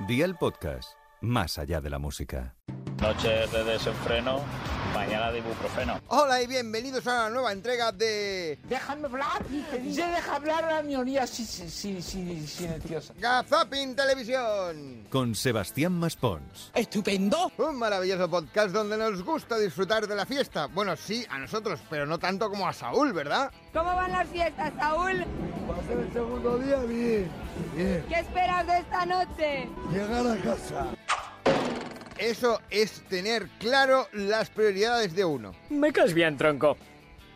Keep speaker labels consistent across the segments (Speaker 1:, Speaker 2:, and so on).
Speaker 1: Día el podcast, más allá de la música.
Speaker 2: Noches de desenfreno, mañana de ibuprofeno.
Speaker 3: Hola y bienvenidos a una nueva entrega de
Speaker 4: Déjame hablar. Ya deja hablar a la minoría si- si- si- si- silenciosa.
Speaker 3: Gazapin Televisión.
Speaker 1: Con Sebastián Maspons.
Speaker 4: ¡Estupendo!
Speaker 3: Un maravilloso podcast donde nos gusta disfrutar de la fiesta. Bueno, sí, a nosotros, pero no tanto como a Saúl, ¿verdad?
Speaker 5: ¿Cómo van las fiestas, Saúl? ¿Qué esperas de esta noche?
Speaker 3: Eso es tener claro las prioridades de uno.
Speaker 6: Me caes bien, tronco.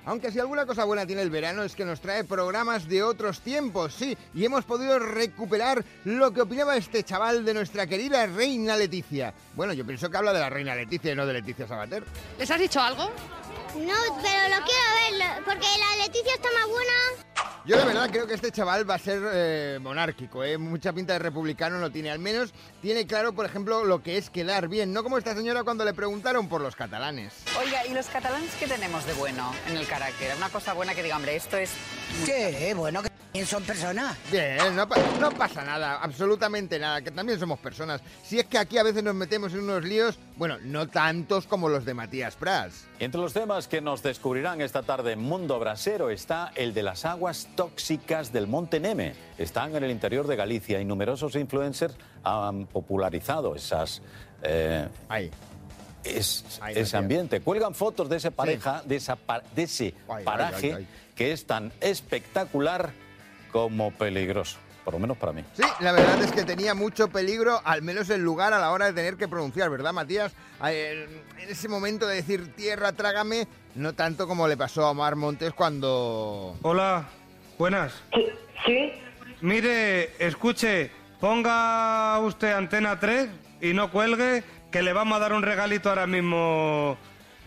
Speaker 3: Aunque si alguna cosa buena tiene el verano es que nos trae programas de otros tiempos, sí, y hemos podido recuperar lo que opinaba este chaval de nuestra querida reina Leticia. Bueno, yo pienso que habla de la reina Leticia y no de Leticia Sabater.
Speaker 7: ¿Les has dicho algo?
Speaker 8: No, pero lo quiero ver, lo- porque la Leticia está más buena.
Speaker 3: Yo de verdad creo que este chaval va a ser eh, monárquico, ¿eh? mucha pinta de republicano no tiene, al menos tiene claro, por ejemplo, lo que es quedar bien, no como esta señora cuando le preguntaron por los catalanes.
Speaker 9: Oiga, ¿y los catalanes qué tenemos de bueno en el carácter? Una cosa buena que diga, hombre, esto es...
Speaker 4: ¿Qué? Bueno, que también son personas.
Speaker 3: Bien, no, pa- no pasa nada, absolutamente nada, que también somos personas. Si es que aquí a veces nos metemos en unos líos, bueno, no tantos como los de Matías Prats.
Speaker 2: Entre los temas que nos descubrirán esta tarde en Mundo Brasero está el de las aguas tóxicas del Monte Neme. Están en el interior de Galicia y numerosos influencers han popularizado esas, eh,
Speaker 3: Ahí.
Speaker 2: es-
Speaker 3: Ay,
Speaker 2: ese
Speaker 3: Matías.
Speaker 2: ambiente. Cuelgan fotos de, ese pareja, de, esa pa- de ese
Speaker 3: ay,
Speaker 2: paraje
Speaker 3: ay, ay.
Speaker 2: que es tan espectacular como peligroso, por lo menos para mí.
Speaker 3: Sí, la verdad es que tenía mucho peligro, al menos el lugar a la hora de tener que pronunciar, ¿verdad, Matías? Eh, En ese momento de decir tierra, trágame, no tanto como le pasó a Omar Montes cuando...
Speaker 10: Hola, buenas. ¿Sí? Mire, escuche, ponga usted antena 3 y no cuelgue, que le vamos a dar un regalito ahora mismo.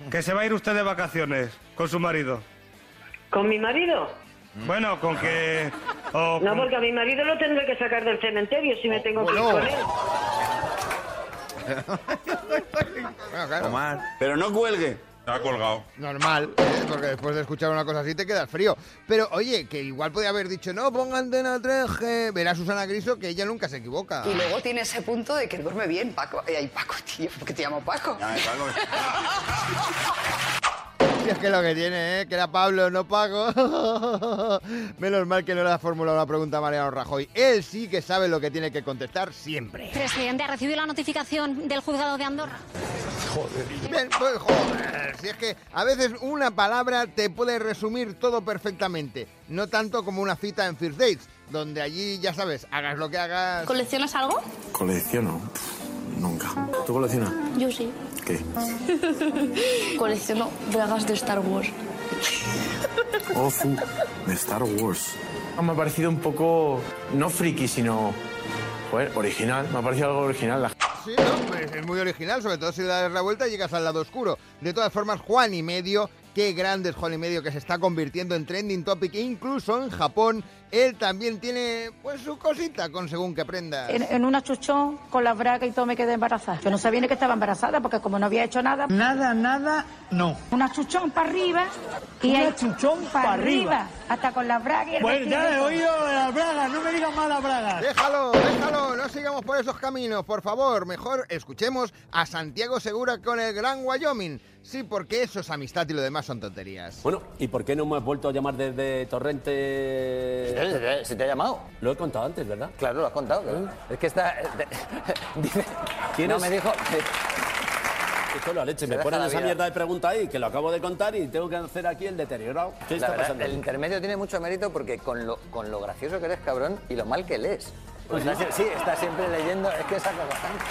Speaker 10: Que se va a ir usted de vacaciones con su marido.
Speaker 11: ¿Con mi marido?
Speaker 10: Bueno, con que. o
Speaker 11: No,
Speaker 10: con-
Speaker 11: porque a mi marido lo tendré que sacar del cementerio si me
Speaker 2: Oh,
Speaker 11: tengo que ir
Speaker 3: no.
Speaker 11: con él.
Speaker 3: Bueno, claro,
Speaker 2: Pero no cuelgue.
Speaker 10: ha colgado.
Speaker 3: normal, eh, porque después de escuchar una cosa así te quedas frío. Pero oye, que igual podía haber dicho, no, ponga antena 3G. Verá Susana Griso que ella nunca se equivoca.
Speaker 9: Y luego tiene ese punto de que duerme bien, Paco. Ay, ay, Paco, tío, porque te llamo Paco.
Speaker 3: Si es que lo que tiene, ¿eh? que era Pablo, no pago. Menos mal que no le ha formulado una pregunta a Mariano Rajoy. Él sí que sabe lo que tiene que contestar siempre.
Speaker 8: Presidente, ¿ha recibido la notificación del juzgado de Andorra?
Speaker 3: Bien, pues, joder, si es que a veces una palabra te puede resumir todo perfectamente. No tanto como una cita en First Dates, donde allí, ya sabes, hagas lo que hagas...
Speaker 7: ¿Coleccionas algo?
Speaker 6: Colecciono. Pff, nunca. ¿Tú coleccionas?
Speaker 7: Yo sí.
Speaker 6: ¿Qué?
Speaker 7: Colecciono dragas de Star Wars.
Speaker 6: Ozu de Star Wars. Me ha parecido un poco. No friki, sino. Joder, original. Me ha parecido algo original. La
Speaker 3: Sí, ¿no? Pues es muy original, sobre todo si le das la vuelta y llegas al lado oscuro. De todas formas, Juan y medio, qué grande es Juan y medio que se está convirtiendo en trending topic, incluso en Japón. Él también tiene pues su cosita con según que prenda.
Speaker 5: una chuchón con la braga y todo me quedé embarazada. Yo no sabía ni que estaba embarazada porque como no había hecho nada,
Speaker 4: Nada, nada, no.
Speaker 5: una chuchón para arriba y
Speaker 4: Una
Speaker 5: ahí
Speaker 4: chuchón pa' Pues arriba.
Speaker 5: hasta con la braga y el vestido y todo.
Speaker 4: de las bragas, no me digas malas bragas.
Speaker 3: Déjalo, déjalo, no sigamos por esos caminos, por favor. Mejor escuchemos a Santiago Segura con el Gran Wyoming. Sí, porque eso es amistad y lo demás son tonterías.
Speaker 6: Bueno, ¿y por qué no me has vuelto a llamar desde Torrente?
Speaker 2: ¿Se te ha llamado?
Speaker 6: Lo he contado antes, ¿verdad? Ah.
Speaker 2: Claro, lo has contado. Es que está. eh, Dice.
Speaker 6: No, me
Speaker 2: dijo.
Speaker 6: Esto es la leche.
Speaker 2: deja
Speaker 6: Me ponen
Speaker 2: la
Speaker 6: esa
Speaker 2: vida.
Speaker 6: mierda de pregunta ahí, que lo acabo de contar y tengo que hacer aquí el deteriorado. ¿Qué
Speaker 9: La
Speaker 6: está
Speaker 9: verdad,
Speaker 6: pasando?
Speaker 9: el intermedio tiene mucho mérito porque con lo, con lo gracioso que eres, cabrón, y lo mal que lees. O sea, sí, sí, está siempre leyendo, es que saca bastante.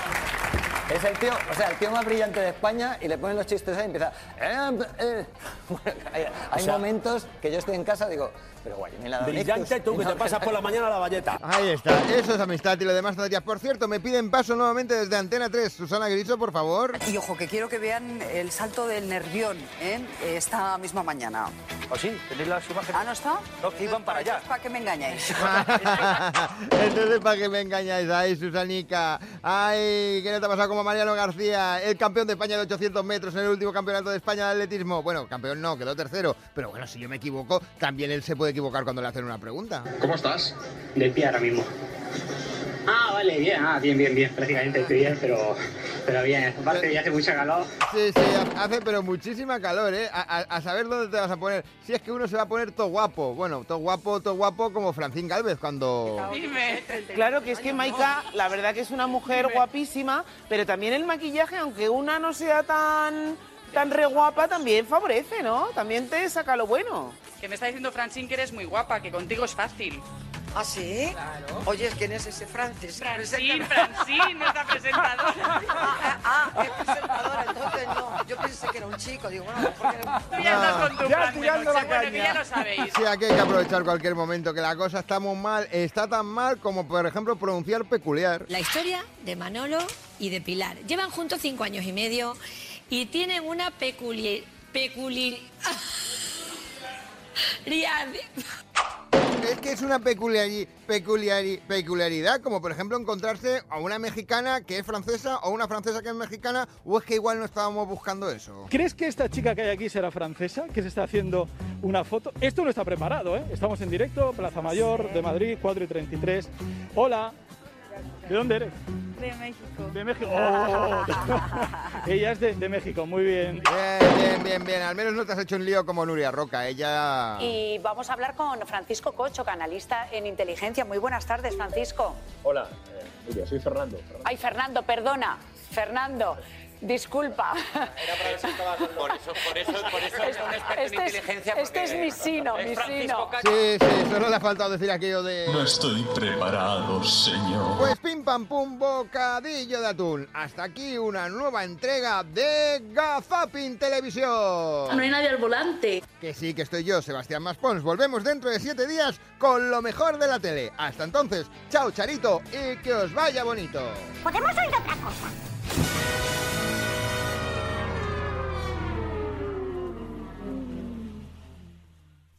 Speaker 9: Es el tío, o sea, el tío más brillante de España y le ponen los chistes ahí y empieza... "Eh, eh". Bueno, hay hay
Speaker 6: sea-
Speaker 9: momentos que yo estoy en casa y digo, pero guay, me la da un
Speaker 6: Brillante
Speaker 9: ictus".
Speaker 6: tú que te pasas por la mañana a la valleta.
Speaker 3: Ahí está, eso es amistad y lo demás tonterías. Por cierto, me piden paso nuevamente desde Antena 3. Susana Griso, por favor.
Speaker 9: Y ojo, que quiero que vean el salto del nervión ¿eh? esta misma mañana.
Speaker 6: ¿O sí? ¿Tenéis las imágenes?
Speaker 9: ¿Ah, no está?
Speaker 6: No, que iban para allá.
Speaker 9: Es para que me engañáis.
Speaker 3: Entonces, ¿para qué me engañáis? Ay, Susanica. Ay, ¿qué no te ha pasado como Mariano García? El campeón de España de 800 metros en el último campeonato de España de atletismo. Bueno, campeón no, quedó tercero. Pero bueno, si yo me equivoco, también él se puede equivocar cuando le hacen una pregunta.
Speaker 11: De pie ahora mismo. Ah,
Speaker 12: Vale, bien, ah, bien, bien, bien, prácticamente estoy bien, pero, pero bien, aparte ya hace mucha calor.
Speaker 3: Sí, sí, hace pero muchísima calor, ¿eh? A, a- a saber dónde te vas a poner. Si es que uno se va a poner todo guapo. Bueno, todo guapo, todo guapo como Francín Galvez cuando...
Speaker 13: Claro que es que Maika, la verdad que es una mujer guapísima, pero también el maquillaje, aunque una no sea tan tan re guapa, también favorece, ¿no? También te saca lo bueno.
Speaker 14: Que me está diciendo Francine que eres muy guapa, que contigo es fácil. ¿Ah, sí? Oye, ¿quién es ese Francis? Francine, Francine, nuestra presentadora.
Speaker 15: Ah, ah, es presentadora, entonces no. Yo pensé que era un chico, digo, no, porque era un...
Speaker 14: ya estás con tu Ya plan, bueno,
Speaker 15: tirando
Speaker 14: la sí, bueno, que caña. ya lo sabéis.
Speaker 3: Sí, aquí hay que aprovechar cualquier momento, que la cosa está muy mal. Está tan mal como, por ejemplo, pronunciar peculiar.
Speaker 16: La historia de Manolo y de Pilar. Llevan juntos cinco años y medio y tienen una peculiar... peculiar...
Speaker 3: Es que es una peculiari- peculiari- peculiaridad, como por ejemplo encontrarse a una mexicana que es francesa o una francesa que es mexicana, o es que igual no estábamos buscando eso.
Speaker 17: ¿Crees que esta chica que hay aquí será francesa? Que se está haciendo una foto. Esto no está preparado, ¿eh? Estamos en directo, Plaza Mayor de Madrid, 4 y 33. Hola. ¿De dónde eres?
Speaker 18: De México.
Speaker 17: De México. Oh. Ella es de, de México, muy bien.
Speaker 3: Bien, bien, bien, bien. Al menos no te has hecho un lío como Nuria Roca, ella...
Speaker 19: Y vamos a hablar con Francisco Cocho, canalista en inteligencia. Muy buenas tardes, Francisco.
Speaker 20: Hola, eh, Nuria, soy Fernando.
Speaker 19: Ay, Fernando, perdona. Fernando, disculpa.
Speaker 21: Por eso, por eso, por eso es un experto
Speaker 19: Este
Speaker 21: en
Speaker 19: es,
Speaker 21: inteligencia.
Speaker 19: este es mi sino, mi sino.
Speaker 3: Sí, sí, solo le ha faltado decir aquello de...
Speaker 22: No estoy preparado, señor.
Speaker 3: Pues pim pam pum, bocadillo de atún. Hasta aquí una nueva entrega de Gazapin Televisión. No
Speaker 23: hay nadie al volante.
Speaker 3: Que sí, que estoy yo, Sebastián Maspons. Volvemos dentro de siete días con lo mejor de la tele. Hasta entonces, chao Charito y que os vaya bonito.
Speaker 8: Podemos oír otra cosa.